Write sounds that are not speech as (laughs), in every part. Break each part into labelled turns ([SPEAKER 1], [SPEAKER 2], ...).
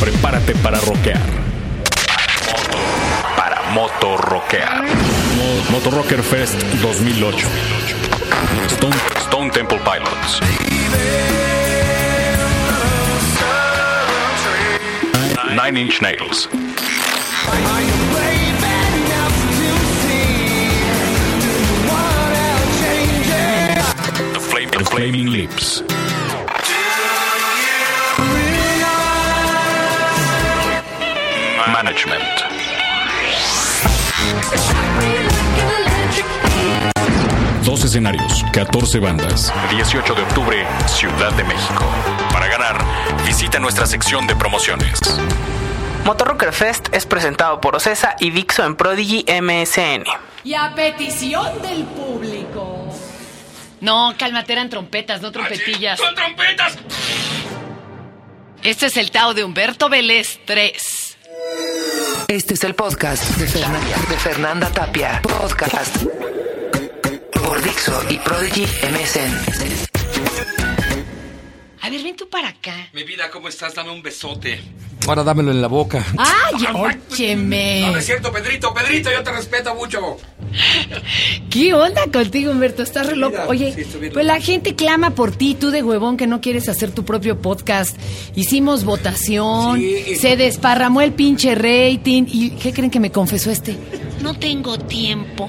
[SPEAKER 1] Prepárate para rockear. Para moto rockear. Mo- Moto Rocker Fest 2008. Stone, Stone Temple Pilots. Nine Inch Nails. The Flaming, the Flaming Lips. Management. Dos escenarios, 14 bandas. 18 de octubre, Ciudad de México. Para ganar, visita nuestra sección de promociones.
[SPEAKER 2] Motorrocker Fest es presentado por Ocesa y Dixo en Prodigy MSN.
[SPEAKER 3] Y a petición del público.
[SPEAKER 4] No, cálmate, eran trompetas, no trompetillas.
[SPEAKER 5] ¡Son trompetas!
[SPEAKER 4] Este es el Tao de Humberto Vélez 3.
[SPEAKER 6] Este es el podcast de Fernanda, de Fernanda Tapia. Podcast por Dixo y Prodigy MSN.
[SPEAKER 4] A ver, ven tú para acá.
[SPEAKER 5] Mi vida, ¿cómo estás? Dame un besote.
[SPEAKER 7] Ahora dámelo en la boca.
[SPEAKER 3] ¡Ay,
[SPEAKER 5] Ah, No, no es
[SPEAKER 3] óyeme!
[SPEAKER 5] cierto, Pedrito, Pedrito, yo te respeto mucho.
[SPEAKER 3] ¿Qué onda contigo, Humberto? Estás re loco.
[SPEAKER 5] Mira,
[SPEAKER 3] Oye,
[SPEAKER 5] sí, estoy bien
[SPEAKER 3] pues
[SPEAKER 5] loco.
[SPEAKER 3] la gente clama por ti, tú de huevón que no quieres hacer tu propio podcast. Hicimos votación,
[SPEAKER 5] Sí, y-
[SPEAKER 3] se desparramó el pinche rating. ¿Y qué creen que me confesó este?
[SPEAKER 4] No tengo tiempo.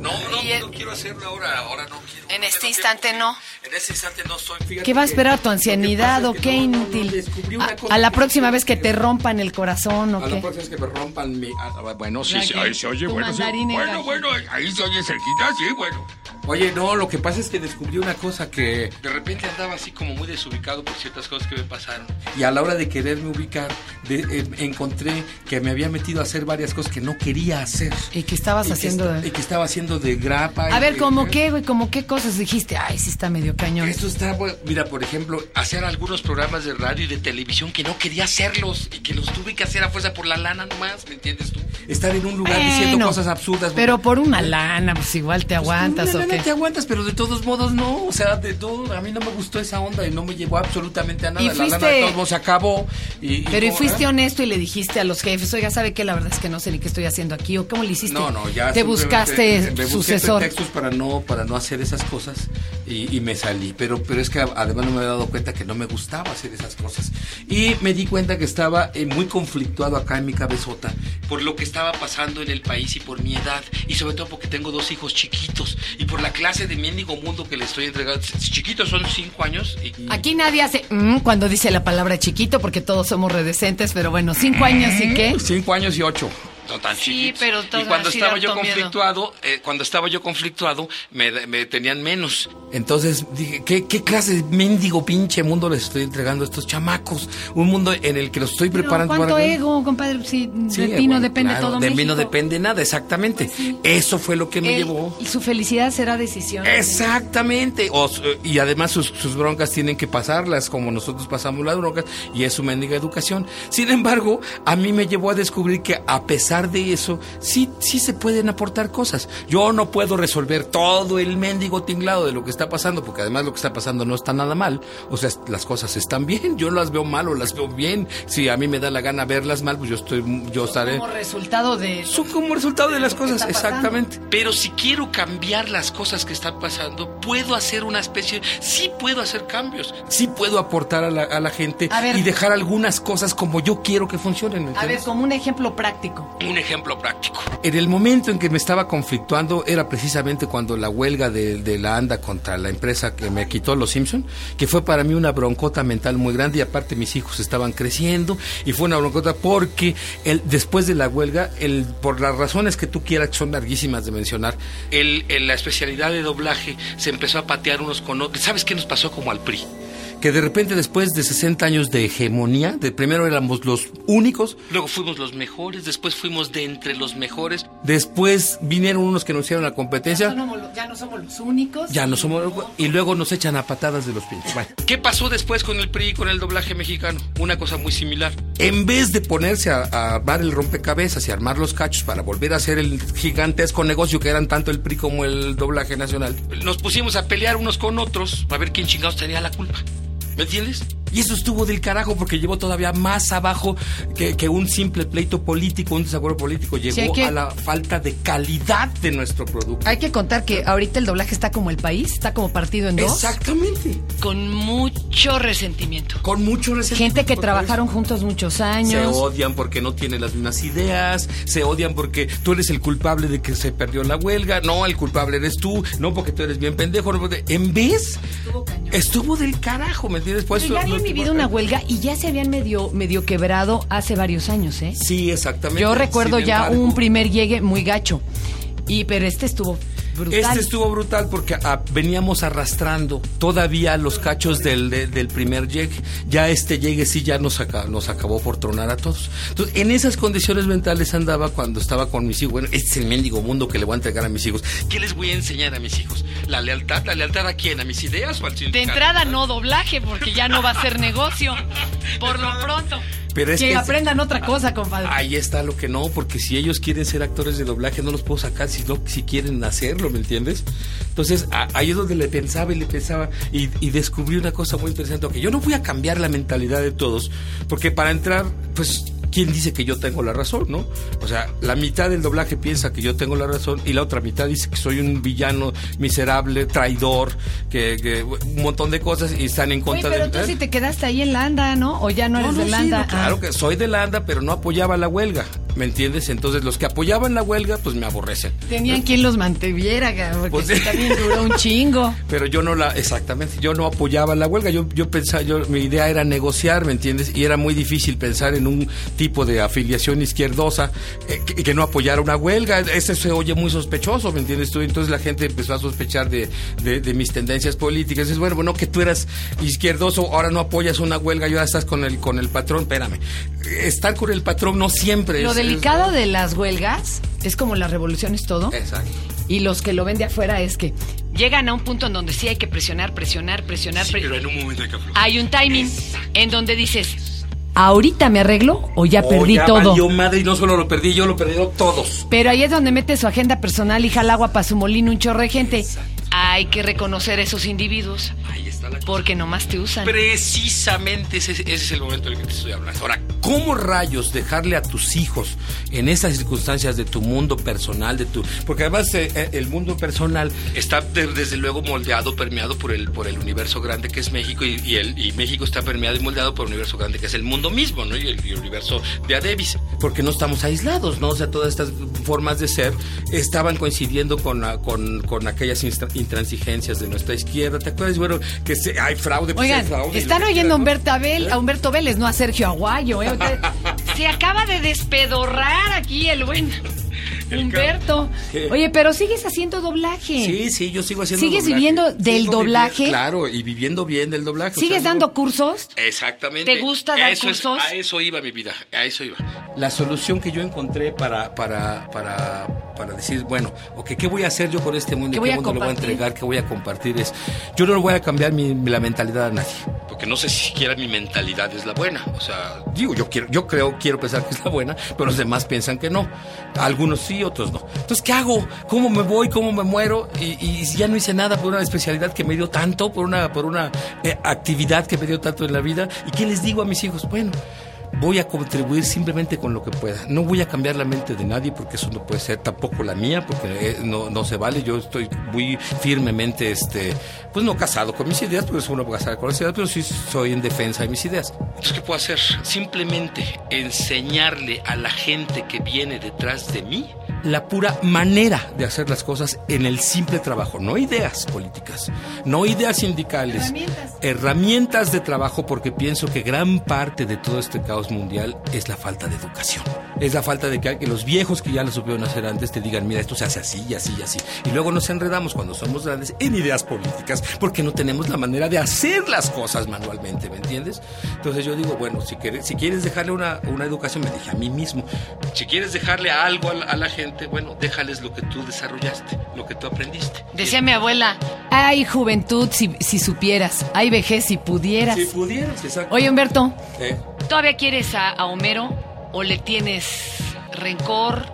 [SPEAKER 5] No, no, no quiero hacerlo ahora, ahora no quiero.
[SPEAKER 4] En
[SPEAKER 5] No
[SPEAKER 4] este
[SPEAKER 5] tengo
[SPEAKER 4] instante
[SPEAKER 5] tiempo.
[SPEAKER 4] no.
[SPEAKER 5] En este instante no soy, fíjate.
[SPEAKER 3] ¿Qué va a esperar tu
[SPEAKER 5] que-
[SPEAKER 3] ancianidad
[SPEAKER 5] lo
[SPEAKER 3] o
[SPEAKER 5] que
[SPEAKER 3] qué
[SPEAKER 5] pasa es que no, no, no,
[SPEAKER 3] inútil?
[SPEAKER 5] descubrí una cosa
[SPEAKER 3] A, a la
[SPEAKER 5] que-
[SPEAKER 3] próxima vez que te rompan el corazón o
[SPEAKER 5] A la
[SPEAKER 3] qué.
[SPEAKER 5] próxima vez que me rompan mi... ah, Bueno, sí,
[SPEAKER 3] La
[SPEAKER 5] sí,
[SPEAKER 3] que-
[SPEAKER 5] ahí se oye,
[SPEAKER 3] tu
[SPEAKER 5] bueno, sí.
[SPEAKER 3] mandarín en
[SPEAKER 5] Bueno,
[SPEAKER 3] la-
[SPEAKER 5] bueno, ahí se oye cerquita, sí, bueno. Oye, no, lo que pasa es que descubrí una cosa que de repente andaba así como muy desubicado por ciertas cosas que me pasaron. Y a la hora de quererme ubicar, de- eh, encontré que me había metido a hacer varias cosas que no quería hacer.
[SPEAKER 3] ¿Y qué estabas
[SPEAKER 5] Y que
[SPEAKER 3] haciendo?
[SPEAKER 5] esta- y que estaba haciendo de grapa.
[SPEAKER 3] A
[SPEAKER 5] y
[SPEAKER 3] ver,
[SPEAKER 5] que-
[SPEAKER 3] ¿cómo qué, güey? ¿Cómo qué cosas dijiste? Ay, sí está medio cañón.
[SPEAKER 5] Esto está, bueno, mira, por ejemplo, hacer algunos programas de radio y de televisión que no quería hacerlos y que los tuve que hacer a fuerza por la lana nomás, ¿me entiendes tú? Estar en un lugar diciendo
[SPEAKER 3] Bueno,
[SPEAKER 5] cosas absurdas.
[SPEAKER 3] Pero por una lana, pues igual te aguantas
[SPEAKER 5] No,
[SPEAKER 3] o qué.
[SPEAKER 5] te aguantas, pero de todos modos no, o sea, de todo, a mí no me gustó esa onda y no me llevó absolutamente a nada.
[SPEAKER 3] Y
[SPEAKER 5] La lana
[SPEAKER 3] fuiste-
[SPEAKER 5] de todos modos se acabó. Y,
[SPEAKER 3] Pero y
[SPEAKER 5] no,
[SPEAKER 3] fuiste
[SPEAKER 5] ¿eh?
[SPEAKER 3] honesto y le dijiste a los jefes, oiga, ¿sabe qué? La verdad es que no sé ni qué estoy haciendo aquí o cómo le hiciste.
[SPEAKER 5] No, no, ya.
[SPEAKER 3] Te
[SPEAKER 5] simplemente
[SPEAKER 3] buscaste
[SPEAKER 5] me busqué este
[SPEAKER 3] sucesor.
[SPEAKER 5] pretextos para no, para no hacer esas cosas y, y me salí. Pero, pero es que además no me había dado cuenta que no me gustaba hacer esas cosas. Y me di cuenta que estaba eh, muy conflictuado acá en mi cabezota por lo que estaba pasando en el país y por mi edad. Y sobre todo porque tengo dos hijos chiquitos y por la clase de mendigo mundo que le estoy entregando. Chiquitos son cinco años y. y-
[SPEAKER 3] Aquí nadie hace "Mm", cuando dice la palabra chiquito porque todos somos redescentes, pero bueno, cinco años y qué.
[SPEAKER 5] Cinco años y ocho. No tan
[SPEAKER 4] Sí,
[SPEAKER 5] chiquitos.
[SPEAKER 4] pero
[SPEAKER 5] y
[SPEAKER 4] todos
[SPEAKER 5] cuando
[SPEAKER 4] así
[SPEAKER 5] estaba
[SPEAKER 4] de
[SPEAKER 5] yo
[SPEAKER 4] harto miedo.
[SPEAKER 5] conflictuado, eh, cuando estaba yo conflictuado, me, me tenían menos. Entonces dije, ¿qué, qué clase de mendigo pinche mundo les estoy entregando a estos chamacos? Un mundo en el que los estoy
[SPEAKER 3] Pero
[SPEAKER 5] preparando
[SPEAKER 3] ¿Cuánto
[SPEAKER 5] para...
[SPEAKER 3] ego, compadre? Sí,
[SPEAKER 5] Sí,
[SPEAKER 3] de ti no
[SPEAKER 5] bueno,
[SPEAKER 3] depende
[SPEAKER 5] claro,
[SPEAKER 3] todo
[SPEAKER 5] De mí no
[SPEAKER 3] México. Pues
[SPEAKER 5] depende nada, exactamente. Eso fue lo que me
[SPEAKER 3] Él-
[SPEAKER 5] llevó.
[SPEAKER 3] Y su felicidad será decisión.
[SPEAKER 5] Exactamente. O su- y además sus, sus broncas tienen que pasarlas, como nosotros pasamos las broncas, y es su mendiga educación. Sin embargo, a mí me llevó a descubrir que a pesar de eso, sí, sí se pueden aportar cosas. Yo no puedo resolver todo el mendigo tinglado de lo que está pasando, porque además lo que está pasando no está nada mal. O sea, las cosas están bien. Yo las veo mal o las veo bien. Si a mí me da la gana verlas mal, pues yo estoy, yo estaré
[SPEAKER 3] Como resultado de...
[SPEAKER 5] son como resultado de las
[SPEAKER 3] lo que
[SPEAKER 5] cosas,
[SPEAKER 3] está pasando.
[SPEAKER 5] exactamente. Pero si quiero cambiar las cosas que están pasando, puedo hacer una especie, sí puedo hacer cambios, sí puedo aportar a la, a la gente
[SPEAKER 3] A ver.
[SPEAKER 5] y dejar algunas cosas como yo quiero que funcionen. ¿me
[SPEAKER 3] A ver,
[SPEAKER 5] entiendes?
[SPEAKER 3] como un ejemplo práctico.
[SPEAKER 5] Un ejemplo práctico. En el momento en que me estaba conflictuando era precisamente cuando la huelga de, de la ANDA contra la empresa que me quitó los Simpson, que fue para mí una broncota mental muy grande y aparte mis hijos estaban creciendo y fue una broncota porque el, después de la huelga, el, por las razones que tú quieras, que son larguísimas de mencionar, el, el- la especialidad de doblaje se empezó a patear unos con otros. ¿Sabes qué nos pasó como al PRI? que de repente después de 60 años de hegemonía, de primero éramos los únicos, luego fuimos los mejores, después fuimos de entre los mejores, después vinieron unos que nos hicieron la competencia.
[SPEAKER 3] somos los- ya no somos los únicos.
[SPEAKER 5] Ya no somos y luego nos echan a patadas de los pinches. Bueno. ¿Qué pasó después con el PRI y con el doblaje mexicano? Una cosa muy similar. En vez de ponerse a, a armar el rompecabezas y armar los cachos para volver a hacer el gigantesco negocio que eran tanto el PRI como el doblaje nacional, nos pusimos a pelear unos con otros para ver quién chingados tenía la culpa. ¿Me entiendes? Y eso estuvo del carajo porque llevó todavía más abajo que, que un simple pleito político, un desacuerdo político. Llegó
[SPEAKER 3] Sí, hay que-
[SPEAKER 5] a la falta de calidad de nuestro producto.
[SPEAKER 3] Hay que contar que ahorita el doblaje está como el país, está como partido en dos.
[SPEAKER 5] Exactamente.
[SPEAKER 4] Con mucho resentimiento.
[SPEAKER 5] Con mucho resentimiento.
[SPEAKER 3] Gente que
[SPEAKER 5] por todo eso.
[SPEAKER 3] trabajaron juntos muchos
[SPEAKER 5] Se
[SPEAKER 3] años.
[SPEAKER 5] odian porque no tienen las mismas ideas, se odian porque tú eres el culpable de que se perdió la huelga, no, el culpable eres tú, no porque tú eres bien pendejo, no porque- en vez estuvo, del carajo, ¿me entiendes? Pues Por
[SPEAKER 3] Pero
[SPEAKER 5] eso
[SPEAKER 3] ya
[SPEAKER 5] no
[SPEAKER 3] habían
[SPEAKER 5] estuvo-
[SPEAKER 3] vivido una huelga y ya se habían medio, medio quebrado hace varios años, ¿eh?
[SPEAKER 5] Sí, exactamente.
[SPEAKER 3] Yo recuerdo
[SPEAKER 5] Sin
[SPEAKER 3] ya
[SPEAKER 5] embargo,
[SPEAKER 3] un primer llegue muy gacho. Y pero este estuvo brutal.
[SPEAKER 5] Este estuvo brutal porque ah, veníamos arrastrando todavía los cachos del, de- del primer llegue. Ya este llegue sí ya nos, aca- nos acabó por tronar a todos. Entonces, en esas condiciones mentales andaba cuando estaba con mis hijos. Bueno, este es el mendigo mundo que le voy a entregar a mis hijos. ¿Qué les voy a enseñar a mis hijos? ¿La lealtad? ¿La lealtad a quién? ¿A mis ideas o al
[SPEAKER 4] De
[SPEAKER 5] sindicato?
[SPEAKER 4] entrada no doblaje porque ya no va a ser
[SPEAKER 5] (laughs)
[SPEAKER 4] negocio. Por lo pronto.
[SPEAKER 5] Pero es
[SPEAKER 3] que
[SPEAKER 5] es-
[SPEAKER 3] aprendan otra cosa, compadre.
[SPEAKER 5] Ahí está lo que no, porque si ellos quieren ser actores de doblaje, no los puedo sacar si, no, si quieren hacerlo, ¿me entiendes? Entonces, a- ahí es donde le pensaba y le pensaba y, y descubrí una cosa muy interesante, que yo no voy a cambiar la mentalidad de todos, porque para entrar, pues, ¿quién dice que yo tengo la razón, no? O sea, la mitad del doblaje piensa que yo tengo la razón y la otra mitad dice que soy un villano miserable, traidor, que, que un montón de cosas y están en
[SPEAKER 3] Oye,
[SPEAKER 5] contra
[SPEAKER 3] pero
[SPEAKER 5] de...
[SPEAKER 3] tú sí te quedaste ahí en la anda, ¿no? O ya no eres de
[SPEAKER 5] sí,
[SPEAKER 3] la anda.
[SPEAKER 5] no, claro
[SPEAKER 3] Ah.
[SPEAKER 5] que soy de la ANDA, pero no apoyaba la huelga. ¿Me entiendes? Entonces, los que apoyaban la huelga, pues me aborrecen.
[SPEAKER 3] Tenían quien los mantuviera, cabrón, porque
[SPEAKER 5] Pues
[SPEAKER 3] sí,
[SPEAKER 5] sí.
[SPEAKER 3] también duró un
[SPEAKER 5] (laughs)
[SPEAKER 3] chingo.
[SPEAKER 5] Pero yo no la, exactamente, yo no apoyaba la huelga. Yo, yo pensaba, yo, mi idea era negociar, ¿me entiendes? Y era muy difícil pensar en un tipo de afiliación izquierdosa eh, que, que no apoyara una huelga. Ese se oye muy sospechoso, ¿me entiendes tú? Entonces la gente empezó a sospechar de, de- de mis tendencias políticas. Es bueno, bueno, que tú eras izquierdoso, ahora no apoyas una huelga, y ahora estás con el, con el patrón. Espérame. Estar con el patrón no siempre
[SPEAKER 3] Lo
[SPEAKER 5] Pues es- es-
[SPEAKER 3] delicado de las huelgas es como las revoluciones todo.
[SPEAKER 5] Exacto.
[SPEAKER 3] Y los que lo ven de afuera es que
[SPEAKER 4] Llegan a un punto en donde sí hay que presionar, presionar, presionar. pre-
[SPEAKER 5] pero en un momento hay que aflojar.
[SPEAKER 4] Hay un timing en donde dices,
[SPEAKER 3] ahorita me arreglo o ya perdí
[SPEAKER 5] Oh, ya
[SPEAKER 3] todo.
[SPEAKER 5] valió madre y no solo lo perdí yo, lo perdieron todos.
[SPEAKER 3] Pero ahí es donde mete su agenda personal y jala agua para su molino un chorro de gente.
[SPEAKER 4] hay que reconocer a esos individuos
[SPEAKER 5] Ahí está la
[SPEAKER 4] porque nomás te usan.
[SPEAKER 5] Precisamente ese, ese es el momento del que te estoy hablando. Ahora, ¿cómo rayos dejarle a tus hijos en esas circunstancias de tu mundo personal, de tu, porque además eh, eh, el mundo personal está de- desde luego moldeado, permeado por el por el universo grande que es México y, y el, y México está permeado y moldeado por el universo grande que es el mundo mismo, ¿no? Y el, y el universo de Adebis, porque no estamos aislados, ¿no? O sea, todas estas formas de ser estaban coincidiendo con la- con, con aquellas instra- intransigencias de nuestra izquierda. ¿Te acuerdas? Bueno, que se- hay fraude. pues,
[SPEAKER 3] Oigan,
[SPEAKER 5] hay fraude,
[SPEAKER 3] están
[SPEAKER 5] lo que
[SPEAKER 3] oyendo a
[SPEAKER 5] quieras,
[SPEAKER 3] Humberto, Abel- a Humberto Vélez, no a Sergio Aguayo. ¿eh?
[SPEAKER 5] (laughs)
[SPEAKER 3] Ustedes-
[SPEAKER 4] Se acaba de despedorrar aquí el buen Humberto.
[SPEAKER 5] Sí.
[SPEAKER 3] Oye, pero sigues haciendo doblaje.
[SPEAKER 5] ¿no? Sí, sí, yo sigo haciendo.
[SPEAKER 3] ¿Sigues viviendo del
[SPEAKER 5] Sigo vivi-
[SPEAKER 3] doblaje?
[SPEAKER 5] claro, y viviendo bien del doblaje. o
[SPEAKER 3] ¿Sigues
[SPEAKER 5] sea,
[SPEAKER 3] dando
[SPEAKER 5] no-
[SPEAKER 3] cursos?
[SPEAKER 5] Exactamente.
[SPEAKER 4] ¿Te gusta dar
[SPEAKER 5] Eso es-
[SPEAKER 4] cursos?
[SPEAKER 5] a eso iba mi vida, a eso iba. La solución que yo encontré para, para, para, para decir, bueno, ok, ¿qué voy a hacer yo por este mundo?
[SPEAKER 3] ¿Qué
[SPEAKER 5] ¿Qué,
[SPEAKER 3] voy a
[SPEAKER 5] mundo lo voy a
[SPEAKER 3] compartir?
[SPEAKER 5] entregar? ¿Qué voy a compartir? Es, yo no le voy a cambiar mi, la mentalidad a nadie. Porque no sé si siquiera mi mentalidad es la buena. O sea, digo, yo quiero, yo creo, quiero pensar que es la buena, pero los demás piensan que no. Algunos sí, otros no. Entonces, ¿qué hago? ¿Cómo me voy? ¿Cómo me muero? Y, y ya no hice nada por una especialidad que me dio tanto, por una, por una eh, actividad que me dio tanto en la vida. ¿Y qué les digo a mis hijos? Bueno, voy a contribuir simplemente con lo que pueda. No voy a cambiar la mente de nadie porque eso no puede ser tampoco la mía, porque eh, no, no se vale. Yo estoy muy firmemente, este, pues no casado con mis ideas, porque soy una casada con las ideas, pero sí soy en defensa de mis ideas. Entonces, ¿qué puedo hacer? Simplemente enseñarle a la gente que viene detrás de mí la pura manera de hacer las cosas en el simple trabajo, no ideas políticas, no ideas sindicales, herramientas, de trabajo, porque pienso que gran parte de todo este caos mundial es la falta de educación. Es la falta de que, que los viejos que ya lo supieron hacer antes te digan, mira, esto se hace así y así y así. Y luego nos enredamos cuando somos grandes en ideas políticas, porque no tenemos la manera de hacer las cosas manualmente, ¿me entiendes? Entonces yo digo, bueno, si quieres, si quieres dejarle una, una educación, me dije a mí mismo, si quieres dejarle algo a la, a la gente, bueno, déjales lo que tú desarrollaste, lo que tú aprendiste.
[SPEAKER 4] Decía mi abuela,
[SPEAKER 3] Ay, juventud, si, si supieras. Ay, vejez, si pudieras.
[SPEAKER 5] Si pudieras, exacto.
[SPEAKER 3] Oye, Humberto,
[SPEAKER 5] Eh,
[SPEAKER 4] ¿todavía quieres a, a Homero o le tienes rencor?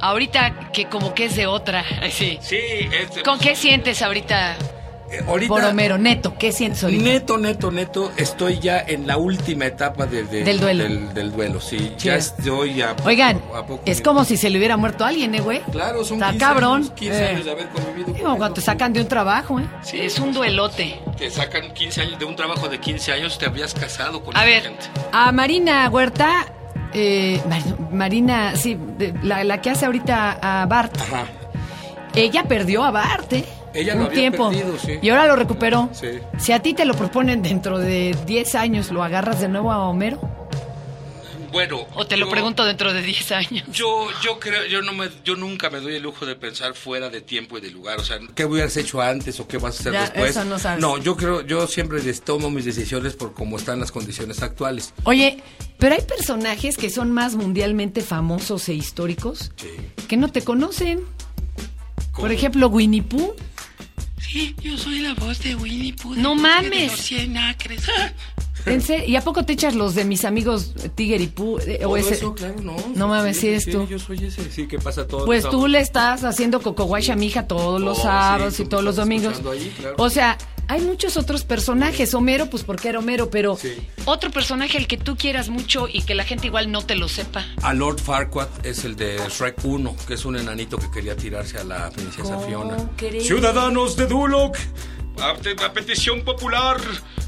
[SPEAKER 4] Ahorita que como que es de otra. Ay, sí.
[SPEAKER 5] (laughs) sí, este,
[SPEAKER 4] ¿Con qué sientes ahorita
[SPEAKER 5] eh, ahorita,
[SPEAKER 3] Por Homero, neto, ¿qué sientes ahorita?
[SPEAKER 5] Neto, neto, neto, estoy ya en la última etapa de- de-
[SPEAKER 3] Del duelo.
[SPEAKER 5] Del, del duelo, sí.
[SPEAKER 3] Chido.
[SPEAKER 5] Ya estoy a poco-
[SPEAKER 3] Oigan,
[SPEAKER 5] a poco
[SPEAKER 3] es
[SPEAKER 5] minutos.
[SPEAKER 3] como si se le hubiera muerto a alguien, ¿eh, güey?
[SPEAKER 5] Claro, son
[SPEAKER 3] Está
[SPEAKER 5] 15
[SPEAKER 3] cabrón.
[SPEAKER 5] años, 15
[SPEAKER 3] Eh.
[SPEAKER 5] años de haber convivido.
[SPEAKER 3] Digo,
[SPEAKER 5] con
[SPEAKER 3] cuando
[SPEAKER 5] esto.
[SPEAKER 3] te sacan de un trabajo, ¿eh?
[SPEAKER 5] Sí,
[SPEAKER 4] Es un duelote.
[SPEAKER 5] Te sacan 15 años de un trabajo de 15 años, te habías casado con
[SPEAKER 4] A
[SPEAKER 5] esa
[SPEAKER 4] ver.
[SPEAKER 5] gente.
[SPEAKER 3] A Marina Huerta, eh, Mar- Marina, sí, de- la, la que hace ahorita a Bart,
[SPEAKER 5] Ajá.
[SPEAKER 3] ella perdió a Bart, ¿eh?
[SPEAKER 5] Ella
[SPEAKER 3] un
[SPEAKER 5] lo había
[SPEAKER 3] tiempo.
[SPEAKER 5] perdido, sí.
[SPEAKER 3] Y ahora lo recuperó.
[SPEAKER 5] Sí.
[SPEAKER 3] Si a ti te lo proponen dentro de 10 años, ¿lo agarras de nuevo a Homero?
[SPEAKER 5] Bueno.
[SPEAKER 4] O te lo
[SPEAKER 5] yo-
[SPEAKER 4] pregunto dentro de 10 años.
[SPEAKER 5] Yo, yo creo, yo no me, yo nunca me doy el lujo de pensar fuera de tiempo y de lugar. O sea, ¿qué hubieras hecho antes o qué vas a hacer
[SPEAKER 3] Ya,
[SPEAKER 5] después?
[SPEAKER 3] eso no sabes.
[SPEAKER 5] yo creo, yo siempre des- tomo mis decisiones por cómo están las condiciones actuales.
[SPEAKER 3] Oye, pero hay personajes que son más mundialmente famosos e históricos que no te conocen. Por ejemplo, Winnie Pooh.
[SPEAKER 4] No mames.
[SPEAKER 3] En serio, ¿Y a poco te echas los de mis amigos eh, Tiger y Pooh? eh, o
[SPEAKER 5] Todo
[SPEAKER 3] ese?
[SPEAKER 5] eso, claro, no.
[SPEAKER 3] No mames, sí, eres tú.
[SPEAKER 5] Yo soy ese, sí, que pasa todo.
[SPEAKER 3] Pues
[SPEAKER 5] el
[SPEAKER 3] tú
[SPEAKER 5] sábado.
[SPEAKER 3] le estás haciendo coco guacha a mi hija todos los
[SPEAKER 5] Oh, sí,
[SPEAKER 3] sábados
[SPEAKER 5] tú
[SPEAKER 3] y
[SPEAKER 5] me
[SPEAKER 3] todos los
[SPEAKER 5] estás
[SPEAKER 3] domingos.
[SPEAKER 5] escuchando ahí, claro.
[SPEAKER 3] O sea, hay muchos otros personajes. Homero, pues porque era Homero, pero
[SPEAKER 5] Sí.
[SPEAKER 4] Otro personaje al que tú quieras mucho y que la gente igual no te lo sepa.
[SPEAKER 5] A Lord Farquaad es el de Shrek 1, que es un enanito que quería tirarse a la princesa Fiona. Ciudadanos de Duloc, a, pe- a petición popular,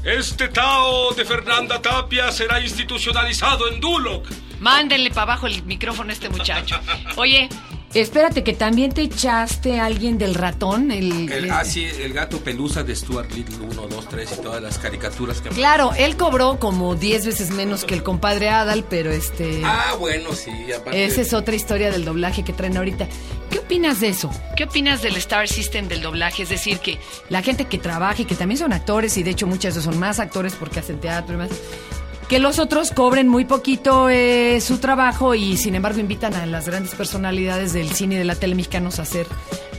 [SPEAKER 5] este Tao de Fernanda Tapia será institucionalizado en Duloc.
[SPEAKER 4] Mándenle para abajo el micrófono a este muchacho. Oye,
[SPEAKER 3] espérate que también te echaste a alguien del ratón. El,
[SPEAKER 5] El, ah, sí, el gato pelusa de Stuart Little 1, 2, 3 y todas las caricaturas que...
[SPEAKER 3] Claro, él cobró como 10 veces menos que el compadre Adal, pero este...
[SPEAKER 5] Ah, bueno, sí, aparte...
[SPEAKER 3] Esa es otra historia del doblaje que traen ahorita. ¿Qué opinas de eso?
[SPEAKER 4] ¿qué opinas del Star System del doblaje? Es decir, que
[SPEAKER 3] La gente que trabaja y que también son actores, y de hecho muchas veces son más actores porque hacen teatro y más, que los otros cobren muy poquito eh, su trabajo y sin embargo invitan a las grandes personalidades del cine y de la tele mexicanos a hacer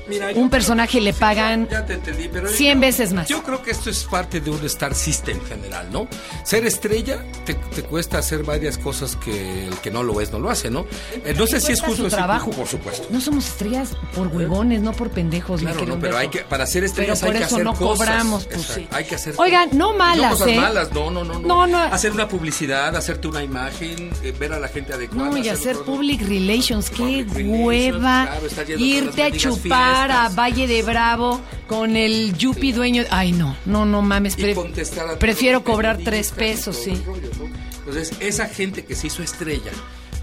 [SPEAKER 5] Mira, yo
[SPEAKER 3] un
[SPEAKER 5] creo-
[SPEAKER 3] personaje y le
[SPEAKER 5] sí,
[SPEAKER 3] pagan
[SPEAKER 5] ya- ya te entendí, pero yo
[SPEAKER 3] 100
[SPEAKER 5] creo-
[SPEAKER 3] veces más.
[SPEAKER 5] Yo creo que esto es parte de un star system general, ¿no? Ser estrella te, te cuesta hacer varias cosas que el que no lo es no lo hace, ¿no? Eh, no sé si es
[SPEAKER 3] cuesta
[SPEAKER 5] justo
[SPEAKER 3] su
[SPEAKER 5] ese
[SPEAKER 3] trabajo.
[SPEAKER 5] tipo, por supuesto.
[SPEAKER 3] No somos estrellas por huevones, no por pendejos. mi
[SPEAKER 5] Claro,
[SPEAKER 3] querido
[SPEAKER 5] no, pero hay
[SPEAKER 3] Humberto.
[SPEAKER 5] que para hacer estrellas
[SPEAKER 3] Pero por
[SPEAKER 5] hay que
[SPEAKER 3] eso
[SPEAKER 5] hacer
[SPEAKER 3] no
[SPEAKER 5] cosas.
[SPEAKER 3] cobramos, pues,
[SPEAKER 5] Exacto,
[SPEAKER 3] sí.
[SPEAKER 5] Hay que hacer
[SPEAKER 3] Oigan,
[SPEAKER 5] cosas.
[SPEAKER 3] no malas,
[SPEAKER 5] no cosas
[SPEAKER 3] ¿eh?
[SPEAKER 5] malas, no, no, no, no.
[SPEAKER 3] No, no.
[SPEAKER 5] Hacer una publicidad, hacerte una imagen, eh, ver a la gente adecuada.
[SPEAKER 3] No, y hacer
[SPEAKER 5] todo.
[SPEAKER 3] public relations, qué
[SPEAKER 5] Public relations,
[SPEAKER 3] hueva.
[SPEAKER 5] claro, estar yendo a todas
[SPEAKER 3] irte a
[SPEAKER 5] las benditas
[SPEAKER 3] chupar
[SPEAKER 5] fiestas.
[SPEAKER 3] a Valle de Bravo con el yupi dueño. Ay, no, no, no mames.
[SPEAKER 5] Y
[SPEAKER 3] pre-
[SPEAKER 5] contestar a
[SPEAKER 3] prefiero
[SPEAKER 5] todos los
[SPEAKER 3] cobrar
[SPEAKER 5] periodistas
[SPEAKER 3] tres
[SPEAKER 5] y
[SPEAKER 3] pesos,
[SPEAKER 5] todo
[SPEAKER 3] sí.
[SPEAKER 5] el rollo, ¿no? Entonces, esa gente que se hizo estrella,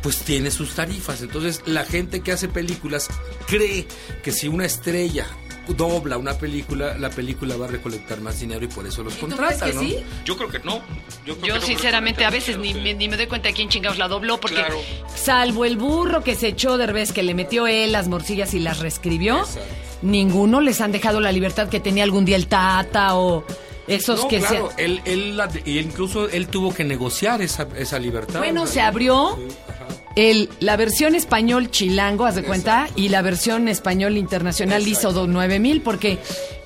[SPEAKER 5] pues tiene sus tarifas. Entonces, la gente que hace películas cree que si una estrella dobla una película, la película va a recolectar más dinero y por eso los
[SPEAKER 3] tú
[SPEAKER 5] contrata,
[SPEAKER 3] crees que
[SPEAKER 5] ¿no?
[SPEAKER 3] sí?
[SPEAKER 5] Yo creo que no.
[SPEAKER 4] yo sinceramente a veces ni, me- ni me doy cuenta de quién chingados la dobló porque
[SPEAKER 5] Claro.
[SPEAKER 3] Salvo el burro que se echó de revés, que le metió él las morcillas y las reescribió.
[SPEAKER 5] Exacto.
[SPEAKER 3] Ninguno les han dejado la libertad que tenía algún día el Tata o esos
[SPEAKER 5] No,
[SPEAKER 3] que
[SPEAKER 5] claro,
[SPEAKER 3] se.
[SPEAKER 5] él, él la- y incluso él tuvo que negociar esa, esa libertad.
[SPEAKER 3] Bueno,
[SPEAKER 5] ¿no?
[SPEAKER 3] se abrió.
[SPEAKER 5] Sí, ajá.
[SPEAKER 3] El, la versión español chilango, haz de cuenta, y la versión español internacional hizo do- 9000 porque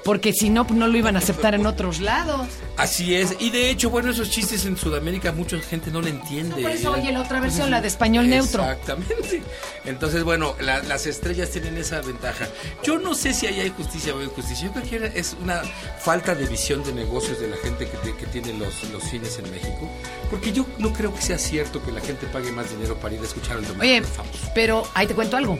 [SPEAKER 3] porque si no no lo iban a aceptar en otros lados.
[SPEAKER 5] Así es. Y de hecho, bueno, esos chistes en Sudamérica mucha gente no le entiende.
[SPEAKER 3] Por eso oye la otra versión, la de español neutro.
[SPEAKER 5] Exactamente. Entonces, bueno, la- las estrellas tienen esa ventaja. Yo no sé si ahí hay justicia o injusticia. Yo creo que era- es una falta de visión de negocios de la gente que, te- que tiene los, los cines en México. Porque yo no creo que sea cierto que la gente pague más dinero para ir a escuchar al domingo
[SPEAKER 3] Oye,
[SPEAKER 5] famoso.
[SPEAKER 3] pero ahí te cuento algo.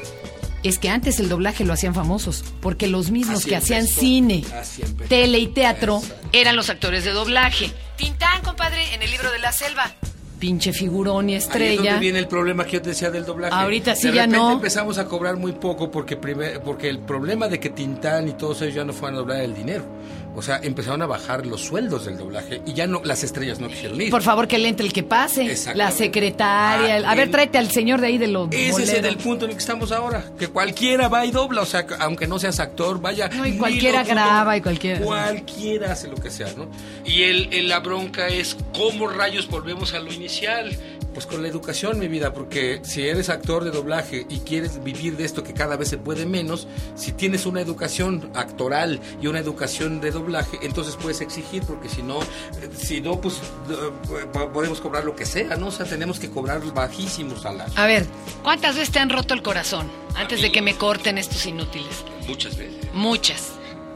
[SPEAKER 3] Es que antes el doblaje lo hacían famosos, porque los mismos
[SPEAKER 5] Así
[SPEAKER 3] que hacían
[SPEAKER 5] empezó,
[SPEAKER 3] cine,
[SPEAKER 5] así empezó.
[SPEAKER 3] tele y teatro,
[SPEAKER 5] Exacto.
[SPEAKER 4] eran los actores de doblaje.
[SPEAKER 3] Tintán, compadre, en el libro de la selva, pinche figurón y
[SPEAKER 5] Ahí es
[SPEAKER 3] estrella.
[SPEAKER 5] donde viene el problema que yo te decía del doblaje.
[SPEAKER 3] Ahorita sí
[SPEAKER 5] de
[SPEAKER 3] ya
[SPEAKER 5] repente
[SPEAKER 3] no.
[SPEAKER 5] empezamos a cobrar muy poco porque primer- porque el problema de que Tintán y todos ellos ya no fueron a doblar el dinero. O sea, empezaron a bajar los sueldos del doblaje y ya no las estrellas no quisieron ir.
[SPEAKER 3] Por favor, que le entre el que pase, la
[SPEAKER 5] Exactamente.
[SPEAKER 3] secretaria.
[SPEAKER 5] Ah,
[SPEAKER 3] el- a ver,
[SPEAKER 5] el-
[SPEAKER 3] tráete al señor de ahí de los
[SPEAKER 5] Ese es en
[SPEAKER 3] boleros.
[SPEAKER 5] el punto en el que estamos ahora, que cualquiera va y dobla, o sea, que aunque no seas actor, vaya.
[SPEAKER 3] No, y
[SPEAKER 5] ni
[SPEAKER 3] cualquiera
[SPEAKER 5] lo dudo.
[SPEAKER 3] graba y cualquiera-
[SPEAKER 5] Cualquiera hace lo que sea, ¿no? Y el, el- la bronca es cómo rayos volvemos a lo inicial. Pues con la educación, mi vida, porque si eres actor de doblaje y quieres vivir de esto que cada vez se puede menos, si tienes una educación actoral y una educación de doblaje, entonces puedes exigir, porque si no, eh, si no, pues eh, podemos cobrar lo que sea, ¿no? O sea, tenemos que cobrar bajísimos salarios.
[SPEAKER 3] A ver,
[SPEAKER 4] ¿Cuántas veces te han roto el corazón antes de que me corten estos inútiles?
[SPEAKER 5] Muchas veces.
[SPEAKER 4] Muchas.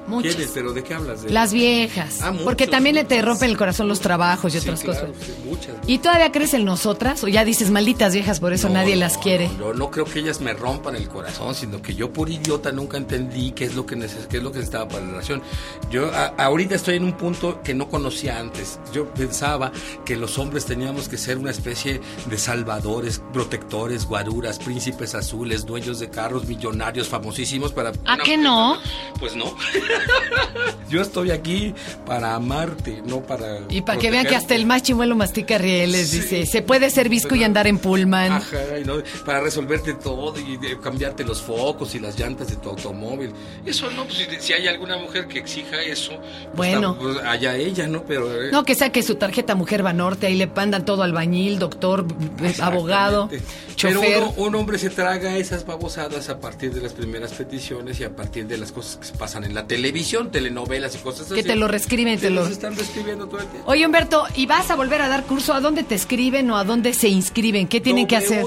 [SPEAKER 3] Muchas.
[SPEAKER 5] ¿Quiénes? ¿Pero de qué hablas? De...
[SPEAKER 3] Las viejas.
[SPEAKER 5] Ah, muchos,
[SPEAKER 3] porque también le te
[SPEAKER 5] muchos.
[SPEAKER 3] rompen el corazón los trabajos y
[SPEAKER 5] Sí,
[SPEAKER 3] otras
[SPEAKER 5] claro,
[SPEAKER 3] cosas.
[SPEAKER 5] sí, muchas.
[SPEAKER 3] ¿Y todavía crees en nosotras? ¿O ya dices, malditas viejas, por eso
[SPEAKER 5] No,
[SPEAKER 3] nadie
[SPEAKER 5] no,
[SPEAKER 3] las quiere?
[SPEAKER 5] No, no creo que ellas me rompan el corazón, sino que yo por idiota nunca entendí qué es lo que neces qué es lo que necesitaba para la relación. Yo a- ahorita estoy en un punto que no conocía antes. Yo pensaba que los hombres teníamos que ser una especie de salvadores, protectores, guaruras, príncipes azules, dueños de carros, millonarios, famosísimos para
[SPEAKER 4] ¿A qué no?
[SPEAKER 5] Pues no. (laughs) yo estoy aquí para amarte, no para
[SPEAKER 3] Y para que vean que hasta el más chimuelo mastica rieles,
[SPEAKER 5] Pues Sí.
[SPEAKER 3] dice, se puede ser visco y andar en pullman.
[SPEAKER 5] Ajá, y no, para resolverte todo y de- cambiarte los focos y las llantas de tu automóvil. Eso no, pues si, de- si hay alguna mujer que exija eso, pues,
[SPEAKER 3] Bueno.
[SPEAKER 5] tam- pues, allá ella, ¿no? Pero eh,
[SPEAKER 3] No, que saque su tarjeta Mujer Banorte, ahí le pandan todo albañil, doctor, b- pues, abogado,
[SPEAKER 5] exactamente.
[SPEAKER 3] chofer.
[SPEAKER 5] Pero uno- un hombre se traga esas babosadas a partir de las primeras peticiones y a partir de las cosas que se pasan en la televisión, telenovelas y cosas así.
[SPEAKER 3] Que te lo reescriben, te
[SPEAKER 5] Te
[SPEAKER 3] lo-
[SPEAKER 5] los están describiendo todo el tiempo.
[SPEAKER 3] Oye, Humberto, ¿y vas a volver a dar curso? ¿A dónde te escriben o a dónde se inscriben? ¿Qué tienen que hacer?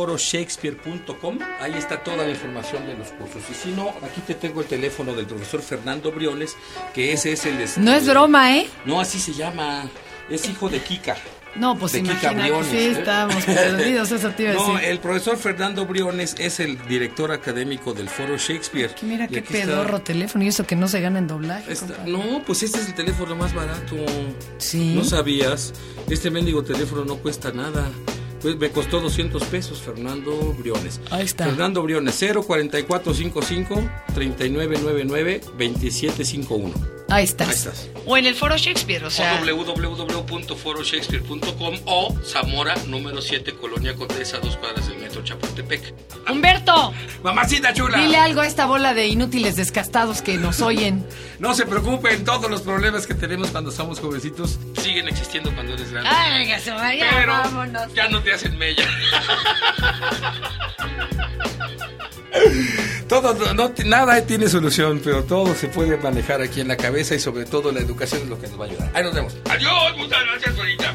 [SPEAKER 5] www.foroshakespeare.com. Ahí está toda la información de los cursos. Y si no, aquí te tengo el teléfono del profesor Fernando Briones, que ese es el... este,
[SPEAKER 3] No es broma, ¿eh?
[SPEAKER 5] No, así se llama. Es hijo de Kika.
[SPEAKER 3] No, pues
[SPEAKER 5] de Kika
[SPEAKER 3] imagínate,
[SPEAKER 5] Briones,
[SPEAKER 3] sí,
[SPEAKER 5] ¿eh?
[SPEAKER 3] estábamos perdidos, eso te iba a
[SPEAKER 5] (laughs) No, eh,
[SPEAKER 3] decir.
[SPEAKER 5] el profesor Fernando Briones es el director académico del Foro Shakespeare.
[SPEAKER 3] Que Mira
[SPEAKER 5] Y
[SPEAKER 3] qué
[SPEAKER 5] aquí está-
[SPEAKER 3] pedorro teléfono y eso que no se gana en doblaje.
[SPEAKER 5] Esta-
[SPEAKER 3] compadre.
[SPEAKER 5] no, pues este es el teléfono más barato.
[SPEAKER 3] Sí.
[SPEAKER 5] No sabías. Este mendigo teléfono no cuesta nada. Pues me costó 200 pesos, Fernando Briones.
[SPEAKER 3] Ahí está.
[SPEAKER 5] Fernando Briones, 04455-3999-2751.
[SPEAKER 3] Ahí estás.
[SPEAKER 5] Ahí estás.
[SPEAKER 4] O en el foro Shakespeare, o
[SPEAKER 5] O
[SPEAKER 4] sea.
[SPEAKER 5] www.foroshakespeare.com o Zamora, número 7, Colonia Condesa, dos cuadras del metro Chapultepec.
[SPEAKER 4] Humberto,
[SPEAKER 5] ¡Mamacita chula!
[SPEAKER 3] Dile algo a esta bola de inútiles descastados que nos oyen.
[SPEAKER 5] No se preocupen, todos los problemas que tenemos cuando somos jovencitos siguen existiendo cuando eres grande.
[SPEAKER 4] ay, que se vaya,
[SPEAKER 5] Pero
[SPEAKER 4] vámonos.
[SPEAKER 5] ya no te hacen mella. (laughs) Todo, no- no ti- nada tiene solución, pero todo se puede manejar aquí en la cabeza y sobre todo la educación es lo que nos va a ayudar. Ahí nos vemos. Adiós, muchas gracias, Juanita.